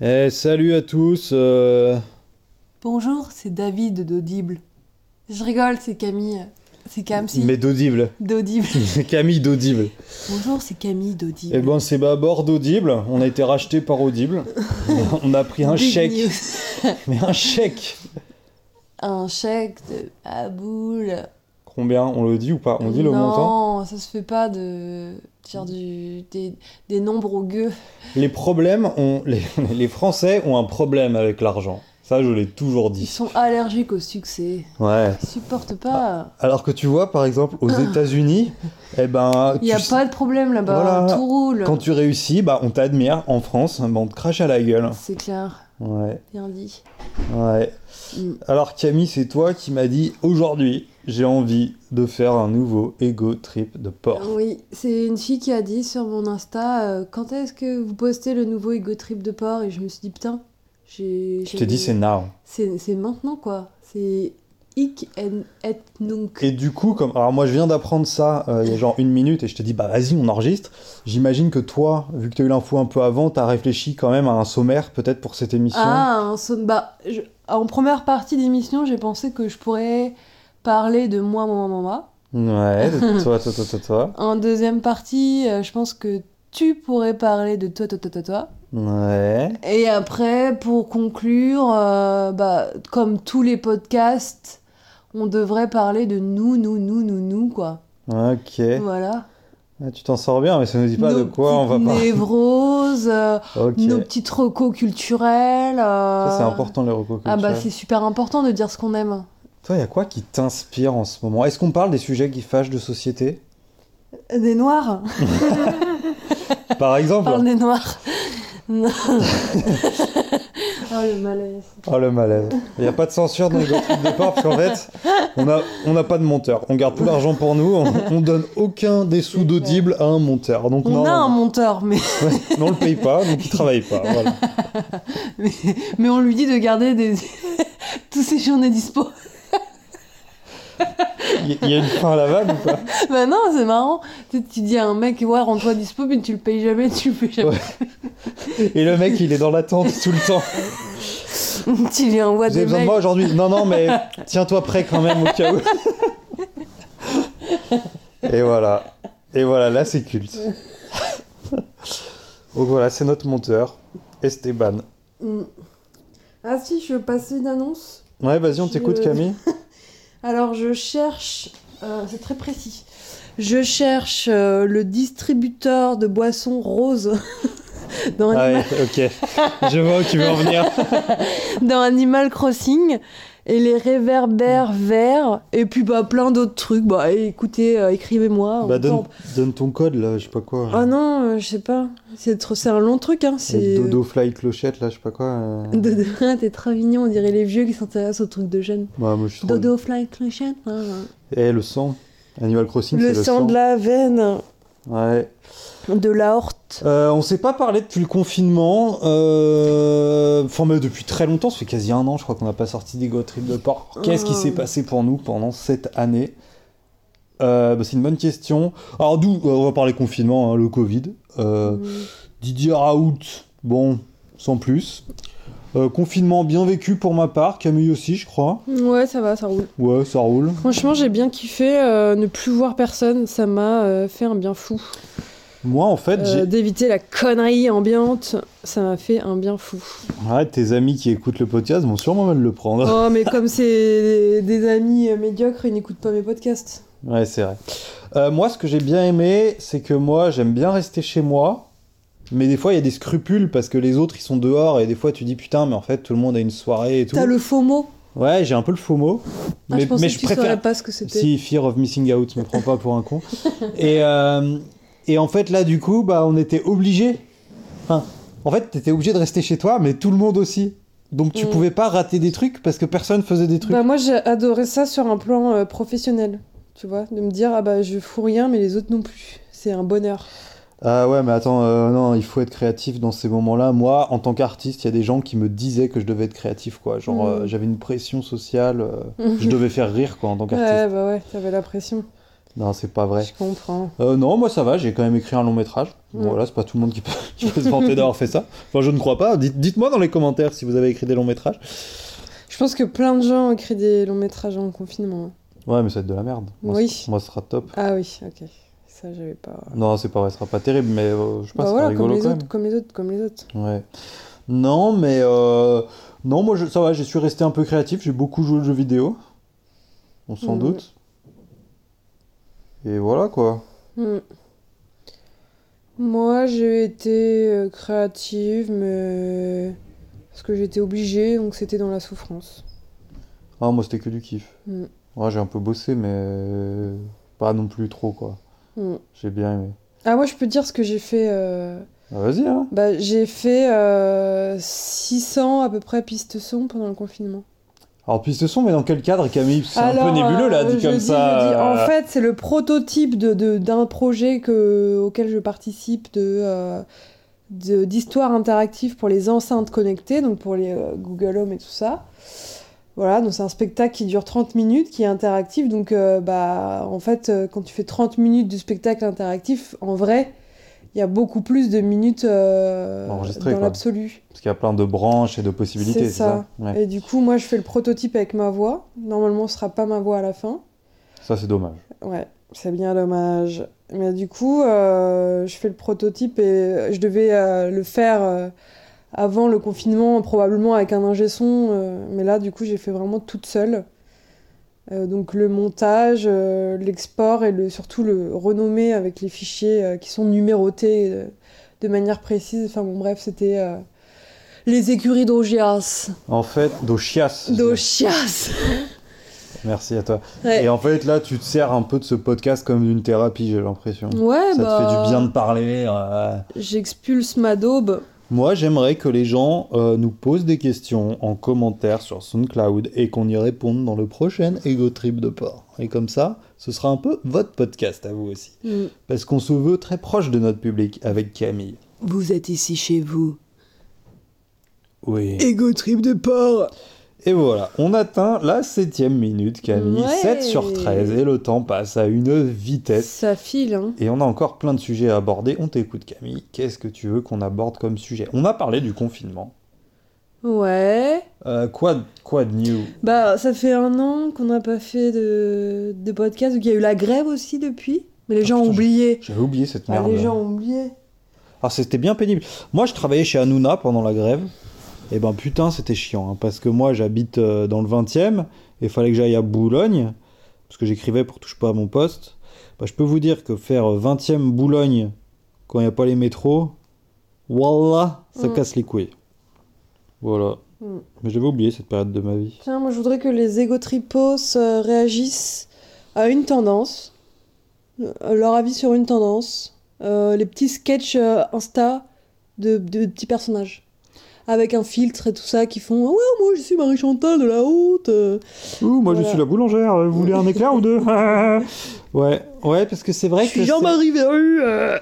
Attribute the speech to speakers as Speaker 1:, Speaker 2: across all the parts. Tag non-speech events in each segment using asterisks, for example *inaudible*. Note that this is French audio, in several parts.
Speaker 1: Eh, salut à tous. euh,
Speaker 2: Bonjour, c'est David d'Audible. Je rigole, c'est Camille. C'est Cam, si.
Speaker 1: Mais d'audible. *laughs*
Speaker 2: D'Audible. *laughs*
Speaker 1: Camille d'audible.
Speaker 2: Bonjour, c'est Camille d'Audible.
Speaker 1: Eh ben, c'est à bord d'audible. On a été racheté par
Speaker 2: *laughs*
Speaker 1: audible. On a pris un
Speaker 2: Big
Speaker 1: chèque.
Speaker 2: news.
Speaker 1: Mais un chèque.
Speaker 2: Un chèque de à boule.
Speaker 1: Combien On le dit ou pas On dit le montant
Speaker 2: Non, ça se fait pas de dire du... des... des nombres au gueux.
Speaker 1: Les problèmes ont. Les, *laughs* les Français ont un problème avec l'argent. Ça, je l'ai toujours
Speaker 2: Ils
Speaker 1: dit.
Speaker 2: sont allergiques au succès.
Speaker 1: Ouais.
Speaker 2: Ils supportent pas.
Speaker 1: Alors que tu vois, par exemple, aux États-Unis, eh ben.
Speaker 2: Ah. Il n'y a
Speaker 1: tu-
Speaker 2: pas de problème là-bas,
Speaker 1: Voilà.
Speaker 2: tout roule.
Speaker 1: Quand tu réussis, bah, on t'admire. En France, bah, on te crache à la gueule.
Speaker 2: C'est clair,
Speaker 1: Ouais,
Speaker 2: bien dit.
Speaker 1: ouais.
Speaker 2: Mm.
Speaker 1: Alors Camille, c'est toi qui m'as dit aujourd'hui, j'ai envie de faire un nouveau ego trip de porc.
Speaker 2: Oui, c'est une fille qui a dit sur mon Insta euh, quand est-ce que vous postez le nouveau ego trip de porc et je me suis dit putain, j'ai
Speaker 1: Je t'ai dit c'est now.
Speaker 2: c'est c'est maintenant quoi. C'est ik en et nunc.
Speaker 1: Et du coup, comme alors moi je viens d'apprendre ça euh, il y a genre une minute et je te dis bah vas-y on enregistre. J'imagine que toi, vu que t'as eu l'info un peu avant, t'as réfléchi quand même à un sommaire peut-être pour cette émission.
Speaker 2: Ah, un son- bah, je- en première partie d'émission, j'ai pensé que je pourrais parler de moi moi moi moi.
Speaker 1: Ouais,
Speaker 2: *laughs*
Speaker 1: de toi, toi, toi, toi, toi.
Speaker 2: En deuxième partie, euh, je pense que tu pourrais parler de toi toi toi toi toi.
Speaker 1: Ouais.
Speaker 2: Et après, pour conclure, euh, bah, comme tous les podcasts, on devrait parler de nous, nous, nous, nous, nous, quoi.
Speaker 1: Ok.
Speaker 2: Voilà.
Speaker 1: Ah, tu t'en sors bien, mais ça nous dit Eh, pas
Speaker 2: nos
Speaker 1: de quoi on va
Speaker 2: petites
Speaker 1: parler.
Speaker 2: névroses, euh,
Speaker 1: Ok.
Speaker 2: nos petites recos culturelles. euh,
Speaker 1: Ça c'est important les recos
Speaker 2: Ah bah
Speaker 1: culturels.
Speaker 2: c'est super important de dire ce qu'on aime.
Speaker 1: Toi, il y a quoi qui t'inspire en ce moment Est-ce qu'on parle des sujets qui fâchent de société
Speaker 2: Des noirs
Speaker 1: Par
Speaker 2: On
Speaker 1: exemple
Speaker 2: parle des noirs.
Speaker 1: *laughs*
Speaker 2: Non. oh le malaise.
Speaker 1: Oh le malaise. Il n'y a pas de censure dans les gros trucs de porc parce qu'en fait, on n'a on n'a pas de monteur. On garde tout l'argent pour nous, on, on donne aucun des sous d'audible à un monteur. Donc *laughs*
Speaker 2: On
Speaker 1: non,
Speaker 2: a un monteur, mais,
Speaker 1: ouais, non, on le paye pas, donc il travaille pas. voilà.
Speaker 2: mais, mais on lui dit de garder des... *laughs* tous ses journées dispo.
Speaker 1: Il y, il y a une fin à la vanne ou pas
Speaker 2: Bah non, c'est marrant. Tu, tu dis à un mec, ouais, rends-toi dispo, puis tu le payes jamais, tu le payes jamais.
Speaker 1: Et le mec, il est dans l'attente tout le temps.
Speaker 2: *laughs* tu lui envoies
Speaker 1: Vous avez
Speaker 2: des
Speaker 1: besoin de
Speaker 2: mails.
Speaker 1: moi aujourd'hui Non, non,
Speaker 2: *laughs*
Speaker 1: mais tiens-toi prêt quand même au cas où. Et voilà. Et voilà, là c'est culte. Donc voilà, c'est notre monteur, Esteban.
Speaker 2: Mm. Ah si, je veux passer une annonce.
Speaker 1: Ouais, vas-y, on
Speaker 2: Je-
Speaker 1: t'écoute Camille.
Speaker 2: Alors, je cherche... euh, c'est très précis. Je cherche euh, le distributeur de boissons roses *laughs* dans,
Speaker 1: Ah
Speaker 2: Anima-
Speaker 1: ouais, ok. Je vois où tu veux en venir.
Speaker 2: dans Animal Crossing et les réverbères
Speaker 1: Mm.
Speaker 2: verts et puis bah plein d'autres trucs. Bah écoutez, euh, écrivez-moi.
Speaker 1: Bah
Speaker 2: *laughs* On peut en-
Speaker 1: donne, donne ton code là, je sais pas quoi.
Speaker 2: Ah non, euh, je sais pas. C'est trop... c'est un long truc, hein. C'est...
Speaker 1: Dodo Fly Clochette là, je sais pas quoi. euh.
Speaker 2: De de rien, hein, t'es trop mignon, on dirait les vieux qui s'intéressent aux trucs de jeunes.
Speaker 1: Ouais, moi, je suis trop-
Speaker 2: Dodo fly clochette. hein.
Speaker 1: Eh, le sang. Animal Crossing, c'est
Speaker 2: Le
Speaker 1: le
Speaker 2: sang de la veine,
Speaker 1: Ouais.
Speaker 2: de la horte.
Speaker 1: Euh, on s'est pas parlé depuis le confinement. euh, Enfin, mais depuis très longtemps, ça fait quasi un an, je crois qu'on n'a pas sorti des Go Trip de porc. Qu'est-ce qui
Speaker 2: Oh.
Speaker 1: s'est passé pour nous pendant cette année Euh, bah, C'est une bonne question. Alors, d'où euh, On va parler confinement, hein, le Covid. Euh, Didier Raoult, bon, sans plus. Euh, confinement bien vécu pour ma part, Camille aussi, je crois.
Speaker 2: Mm. Ouais, ça va, ça roule.
Speaker 1: Ouais, ça roule.
Speaker 2: Franchement, j'ai bien kiffé euh, ne plus voir personne, ça m'a euh, fait un bien fou.
Speaker 1: Moi, en fait, j'ai.
Speaker 2: Euh, D'éviter la connerie ambiante, ça m'a fait un bien fou.
Speaker 1: Ouais, tes amis qui écoutent le podcast vont sûrement mal le prendre.
Speaker 2: Oh, mais comme c'est des amis euh, médiocres, ils n'écoutent pas mes podcasts.
Speaker 1: Ouais, c'est vrai. Euh, moi, ce que j'ai bien aimé, c'est que moi, j'aime bien rester chez moi. Mais des fois, il y a des scrupules parce que les autres, ils sont dehors. Et des fois, tu dis putain, mais en fait, tout le monde a une soirée et tout.
Speaker 2: T'as le faux mot.
Speaker 1: Ouais, j'ai un peu le faux mot.
Speaker 2: Ah,
Speaker 1: mais
Speaker 2: je pensais
Speaker 1: mais
Speaker 2: que
Speaker 1: je
Speaker 2: tu
Speaker 1: préfère.
Speaker 2: saurais pas ce que c'était.
Speaker 1: Si, Fear of Missing Out, me prends pas pour un
Speaker 2: *laughs*
Speaker 1: con. et, euh, et en fait, là, du coup, bah, on était obligé. Enfin, en fait, t'étais obligé de rester chez toi, mais tout le monde aussi. Donc, tu
Speaker 2: Mm.
Speaker 1: pouvais pas rater des trucs parce que personne faisait des trucs.
Speaker 2: Bah moi j'ai adoré ça sur un plan euh, professionnel, tu vois, de me dire ah bah je fous rien mais les autres non plus. C'est un bonheur.
Speaker 1: Ah ouais, mais attends, euh, non, il faut être créatif dans ces moments-là. Moi, en tant qu'artiste, il y a des gens qui me disaient que je devais être créatif, quoi. Genre,
Speaker 2: Mm.
Speaker 1: euh, j'avais une pression sociale, euh,
Speaker 2: ouais
Speaker 1: je devais faire rire, quoi, en tant qu'artiste.
Speaker 2: bah ouais, t'avais la pression.
Speaker 1: Non, c'est pas vrai.
Speaker 2: Je comprends.
Speaker 1: Euh, non, moi ça va, j'ai quand même écrit un long métrage. Bon,
Speaker 2: Ouais.
Speaker 1: Voilà, c'est pas tout le monde qui peut, *laughs* qui peut se vanter d'avoir fait ça. Enfin, je ne crois pas. Dites- Dites-moi dans les commentaires si vous avez écrit des longs métrages.
Speaker 2: Je pense que plein de gens ont créé des longs métrages en confinement.
Speaker 1: Ouais, mais ça va être de la merde. Moi,
Speaker 2: Oui.
Speaker 1: c- Moi, ce sera top.
Speaker 2: Ah oui, ok. Ça, j'avais pas.
Speaker 1: Non, c'est pas vrai, ce sera pas terrible, mais euh, je sais pas,
Speaker 2: bah
Speaker 1: c'est
Speaker 2: voilà, comme
Speaker 1: rigolo
Speaker 2: les
Speaker 1: quand
Speaker 2: autres, comme les autres, comme les autres.
Speaker 1: même. Ouais. Non, mais euh, non, moi je- ça va, j'ai su rester un peu créatif. J'ai beaucoup joué aux jeux vidéo. On s'en
Speaker 2: Mhm.
Speaker 1: doute. Et voilà quoi.
Speaker 2: Hmm. Moi, j'ai été euh, créative, mais. Parce que j'étais obligée, donc c'était dans la souffrance.
Speaker 1: Ah, moi c'était que du kiff.
Speaker 2: Mm.
Speaker 1: Ouais, j'ai un peu bossé, mais euh, pas non plus trop quoi.
Speaker 2: Hmm.
Speaker 1: J'ai bien aimé.
Speaker 2: Ah, moi, je peux te dire ce que j'ai fait. euh,
Speaker 1: Ah, Vas-y, hein.
Speaker 2: Bah, j'ai fait euh, 600 à peu près pistes son pendant le confinement.
Speaker 1: Alors, puis ce son, mais dans quel cadre, Camille Parce que C'est un peu
Speaker 2: Alors,
Speaker 1: nébuleux, là,
Speaker 2: euh,
Speaker 1: dit
Speaker 2: je
Speaker 1: comme
Speaker 2: dis-
Speaker 1: ça.
Speaker 2: je dis,
Speaker 1: euh,
Speaker 2: En fait, c'est le prototype de, de- d'un projet que, auquel je participe de, euh, de- d'histoire interactive pour les enceintes connectées, donc pour les euh, Google Home et tout ça. Voilà, donc c'est un spectacle qui dure 30 minutes, qui est interactif. Donc, euh, bah, en fait, euh, quand tu fais 30 minutes du spectacle interactif, en vrai, il y a beaucoup plus de minutes euh,
Speaker 1: Enregistrées,
Speaker 2: dans
Speaker 1: quoi.
Speaker 2: l'absolu.
Speaker 1: Parce qu'il y a plein de branches et de possibilités,
Speaker 2: C'est
Speaker 1: c'est ça Ouais.
Speaker 2: Et du coup, moi, je fais le prototype avec ma voix. Normalement, ce sera pas ma voix à la fin.
Speaker 1: Ça, c'est dommage.
Speaker 2: Ouais, c'est bien dommage. Mais du coup, euh, je fais le prototype et je devais euh, le faire euh, avant le confinement, probablement avec un ingé son. euh, mais là, du coup, j'ai fait vraiment toute seule. Euh, donc le montage, euh, l'export et le, surtout le renommé avec les fichiers euh, qui sont numérotés euh, de manière précise. Enfin bon, bref, c'était euh, les écuries d'Augias.
Speaker 1: En fait, Dochias.
Speaker 2: D'Augias
Speaker 1: Merci à toi.
Speaker 2: Ouais.
Speaker 1: Et en fait, là, tu te sers un peu de ce podcast comme d'une thérapie, j'ai l'impression.
Speaker 2: Ouais,
Speaker 1: ça
Speaker 2: bah,
Speaker 1: te fait du bien de parler. euh.
Speaker 2: J'expulse ma daube.
Speaker 1: Moi, j'aimerais que les gens euh, nous posent des questions en commentaire sur SoundCloud et qu'on y réponde dans le prochain Ego Trip de Port. Et comme ça, ce sera un peu votre podcast à vous aussi.
Speaker 2: Mm.
Speaker 1: Parce qu'on se veut très proche de notre public avec Camille.
Speaker 2: Vous êtes ici chez vous.
Speaker 1: Oui.
Speaker 2: Ego trip de porc.
Speaker 1: Et voilà, on atteint la septième minute, Camille.
Speaker 2: Ouais.
Speaker 1: 7 sur 13, et le temps passe à une vitesse.
Speaker 2: Ça file, hein.
Speaker 1: Et on a encore plein de sujets à aborder. On t'écoute, Camille. Qu'est-ce que tu veux qu'on aborde comme sujet On a parlé du confinement.
Speaker 2: Ouais.
Speaker 1: Euh, quoi, quoi de new
Speaker 2: Bah, ça fait un an qu'on n'a pas fait de, de podcast. Donc, il y a eu la grève aussi depuis. Mais les
Speaker 1: Ah,
Speaker 2: gens ont
Speaker 1: putain,
Speaker 2: oublié.
Speaker 1: J'avais oublié cette
Speaker 2: Ah,
Speaker 1: merde.
Speaker 2: les gens ont oublié.
Speaker 1: Ah, c'était bien pénible. Moi, je travaillais chez Hanouna pendant la grève. Et ben putain, c'était chiant. hein, parce que moi, j'habite euh, dans le 20 e et fallait que j'aille à Boulogne. Parce que j'écrivais pour Touche pas à mon poste. Bah, je peux vous dire que faire 20 e Boulogne quand il n'y a pas les métros, wallah, ça
Speaker 2: Mm.
Speaker 1: casse les couilles. Voilà.
Speaker 2: Mm.
Speaker 1: Mais j'avais oublié cette période de ma vie.
Speaker 2: Tiens, moi, je voudrais que les égotripos euh, réagissent à une tendance. Euh, leur avis sur une tendance. Euh, les petits sketchs euh, Insta de, de petits personnages. Avec un filtre et tout ça qui font Ah Ouais, moi, je suis Marie Chantal de la haute. euh.
Speaker 1: Ouh, moi
Speaker 2: Voilà.
Speaker 1: je suis la boulangère, Euh, vous voulez un éclair ou deux *laughs* Ouais, ouais, parce que c'est vrai
Speaker 2: Je
Speaker 1: que.
Speaker 2: suis
Speaker 1: c'est-
Speaker 2: Jean-Marie Verru. euh.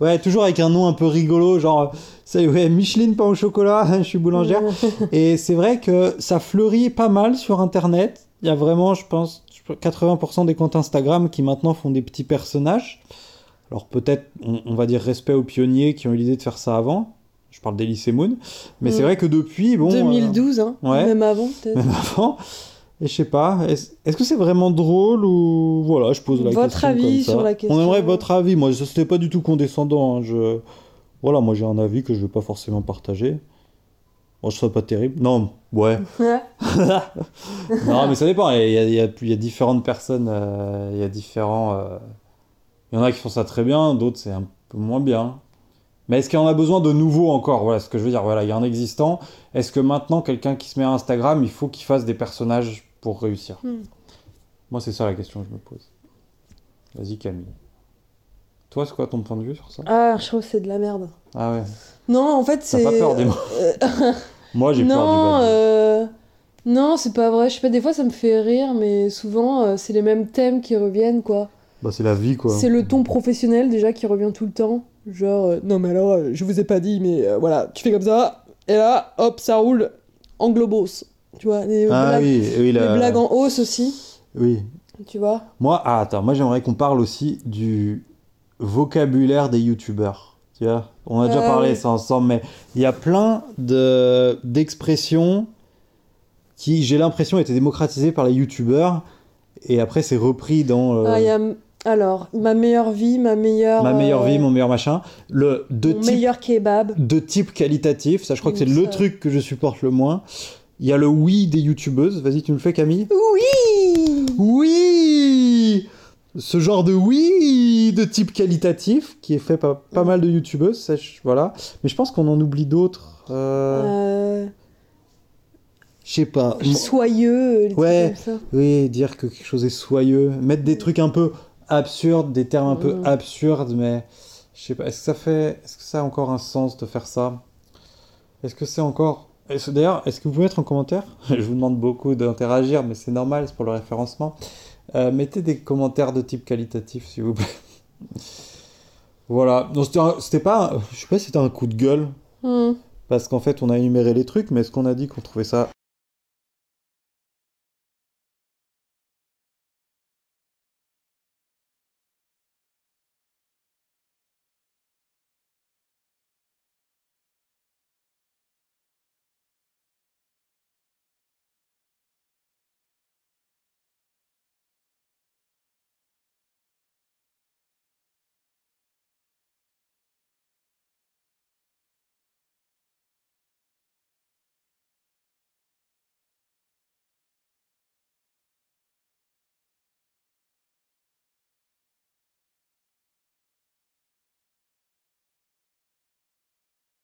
Speaker 1: Ouais, toujours avec un nom un peu rigolo, genre, euh, c'est ouais, Micheline pain au chocolat, *laughs* je suis *laughs* boulangère. Et c'est vrai que ça fleurit pas mal sur Internet. Il y a vraiment, je pense, 80% des comptes Instagram qui maintenant font des petits personnages. Alors peut-être, on, on va dire respect aux pionniers qui ont eu l'idée de faire ça avant. Je parle d'Elysée Moon. Mais c'est
Speaker 2: Mm.
Speaker 1: vrai que depuis, bon... euh,
Speaker 2: 2012, hein.
Speaker 1: ouais.
Speaker 2: Même avant,
Speaker 1: *laughs*
Speaker 2: peut-être.
Speaker 1: même avant. Et je sais pas, est-ce est-ce que c'est vraiment drôle ou voilà, je pose la
Speaker 2: Votre
Speaker 1: question
Speaker 2: avis
Speaker 1: comme ça.
Speaker 2: sur la question.
Speaker 1: On aimerait votre avis. Moi, ça, c'était pas du tout condescendant. hein. Je voilà, moi j'ai un avis que je vais pas forcément partager. Bon, je trouve ça pas terrible. Non, ouais. *laughs* non, mais ça dépend. Il y a, il y a- il y a différentes personnes. euh, Il y a différents. euh, Il y en a qui font ça très bien, d'autres c'est un peu moins bien. Mais est-ce qu'il y en a besoin de nouveaux encore Voilà ce que je veux dire. Voilà, il y a un existant. Est-ce que maintenant, quelqu'un qui se met à Instagram, il faut qu'il fasse des personnages pour réussir
Speaker 2: Hmm.
Speaker 1: Moi, c'est ça la question que je me pose. Vas-y, Camille. Toi, c'est quoi ton point de vue sur ça
Speaker 2: ah, je trouve que c'est de la merde.
Speaker 1: Ah ouais.
Speaker 2: Non, en fait,
Speaker 1: T'as
Speaker 2: c'est.
Speaker 1: pas peur des mots
Speaker 2: Euh, *laughs*
Speaker 1: Moi, j'ai peur du
Speaker 2: non,
Speaker 1: bad buzz.
Speaker 2: euh, non, c'est pas vrai. Je sais pas, des fois, ça me fait rire, mais souvent, euh, c'est les mêmes thèmes qui reviennent, quoi.
Speaker 1: Bah, c'est la vie, quoi.
Speaker 2: C'est le ton professionnel, déjà, qui revient tout le temps. Genre, euh, non, mais alors, euh, je vous ai pas dit, mais euh, voilà, tu fais comme ça, et là, hop, ça roule. Anglobos. Tu vois, les,
Speaker 1: Ah
Speaker 2: blagues,
Speaker 1: oui, oui,
Speaker 2: les
Speaker 1: la-
Speaker 2: blagues en hausse aussi.
Speaker 1: Oui.
Speaker 2: Tu vois
Speaker 1: Moi, ah, attends, moi j'aimerais qu'on parle aussi du vocabulaire des youtubeurs. Tu vois On a déjà
Speaker 2: Ah
Speaker 1: parlé
Speaker 2: oui.
Speaker 1: ça ensemble, mais il y a plein de d'expressions qui, j'ai l'impression, étaient démocratisées par les youtubeurs et après c'est repris dans euh,
Speaker 2: Ah, il y a m- Alors, ma meilleure vie, ma meilleure.
Speaker 1: ma meilleure
Speaker 2: euh,
Speaker 1: vie, mon meilleur machin. Le de
Speaker 2: mon
Speaker 1: type
Speaker 2: meilleur kebab.
Speaker 1: de type qualitatif, ça je crois que c'est
Speaker 2: Oui,
Speaker 1: le
Speaker 2: ça.
Speaker 1: truc que je supporte le moins. Il y a le oui des youtubeuses, vas-y tu me le fais Camille
Speaker 2: Oui
Speaker 1: Oui Ce genre de oui de type qualitatif qui est fait par pas mal de youtubeuses, ça, je- voilà. Mais je pense qu'on en oublie d'autres. euh,
Speaker 2: Euh,
Speaker 1: Je sais pas. Mo-
Speaker 2: Soyeux. les trucs
Speaker 1: Ouais.
Speaker 2: comme ça.
Speaker 1: Oui, dire que quelque chose est soyeux, mettre des trucs un peu absurdes, des termes un peu
Speaker 2: Mm.
Speaker 1: absurdes, mais je sais pas. Est-ce que ça fait, est-ce que ça a encore un sens de faire ça Est-ce que c'est encore est-ce- D'ailleurs, est-ce que vous pouvez mettre en commentaire *laughs* Je vous demande beaucoup d'interagir, mais c'est normal, c'est pour le référencement. Euh, mettez des commentaires de type qualitatif, s'il vous plaît. *laughs* Voilà. Non, c'était un- c'était pas, un- je sais pas si c'était un coup de gueule
Speaker 2: Hmm.
Speaker 1: parce qu'en fait, on a énuméré les trucs, mais est-ce qu'on a dit qu'on trouvait ça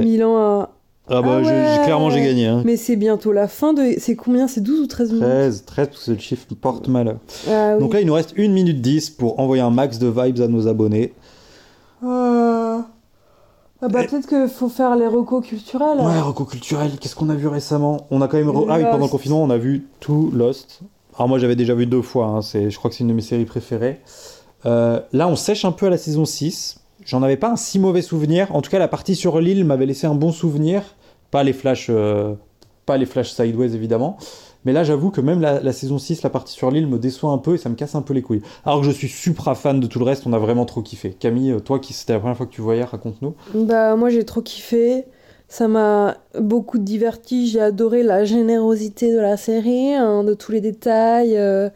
Speaker 2: Milan a.
Speaker 1: Ah bah,
Speaker 2: Ah
Speaker 1: j'ai- j'ai-
Speaker 2: ouais.
Speaker 1: clairement, j'ai gagné. hein.
Speaker 2: Mais c'est bientôt la fin de. C'est combien C'est 12 ou 13 minutes
Speaker 1: 13, 13, parce que le chiffre porte malheur.
Speaker 2: Ah oui.
Speaker 1: Donc là, il nous reste 1 minute 10 pour envoyer un max de vibes à nos abonnés.
Speaker 2: Ah. Ah bah peut-être qu'il faut faire les recos culturels.
Speaker 1: Ouais, reco culturel, qu'est-ce qu'on a vu récemment On a quand même. re- Ah oui, pendant le
Speaker 2: Lost.
Speaker 1: confinement, on a vu tout Lost. Alors moi, j'avais déjà vu deux fois, hein, c'est... je crois que c'est une de mes séries préférées. Euh, là, on sèche un peu à la saison 6. J'en avais pas un si mauvais souvenir. En tout cas, la partie sur l'île m'avait laissé un bon souvenir. Pas les flashs, euh, pas les flashs sideways, évidemment. Mais là, j'avoue que même la, la saison 6, la partie sur l'île, me déçoit un peu et ça me casse un peu les couilles. Alors que je suis supra fan de tout le reste, on a vraiment trop kiffé. Camille, toi qui c'était la première fois que tu voyais, raconte-nous.
Speaker 2: Bah moi j'ai trop kiffé. Ça m'a beaucoup diverti. J'ai adoré la générosité de la série, hein, de tous les détails. euh,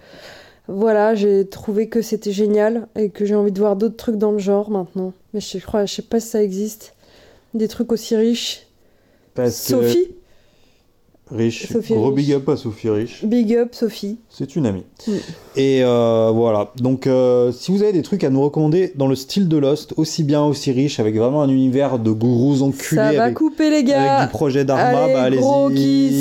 Speaker 2: Voilà, j'ai trouvé que c'était génial et que j'ai envie de voir d'autres trucs dans le genre maintenant. Mais je crois, je sais pas si ça existe. Des trucs aussi riches.
Speaker 1: Parce que-
Speaker 2: Sophie,
Speaker 1: Riche.
Speaker 2: Sophie
Speaker 1: Gros
Speaker 2: Riche.
Speaker 1: big up à Sophie Riche.
Speaker 2: big up Sophie.
Speaker 1: C'est une amie.
Speaker 2: Oui.
Speaker 1: Et euh, voilà. Donc, euh, si vous avez des trucs à nous recommander dans le style de Lost, aussi bien, aussi riche, avec vraiment un univers de gourous enculés,
Speaker 2: ça va
Speaker 1: avec,
Speaker 2: couper les
Speaker 1: avec
Speaker 2: gars.
Speaker 1: du projet d'Arma,
Speaker 2: Allez,
Speaker 1: bah
Speaker 2: gros
Speaker 1: allez-y.
Speaker 2: kiss.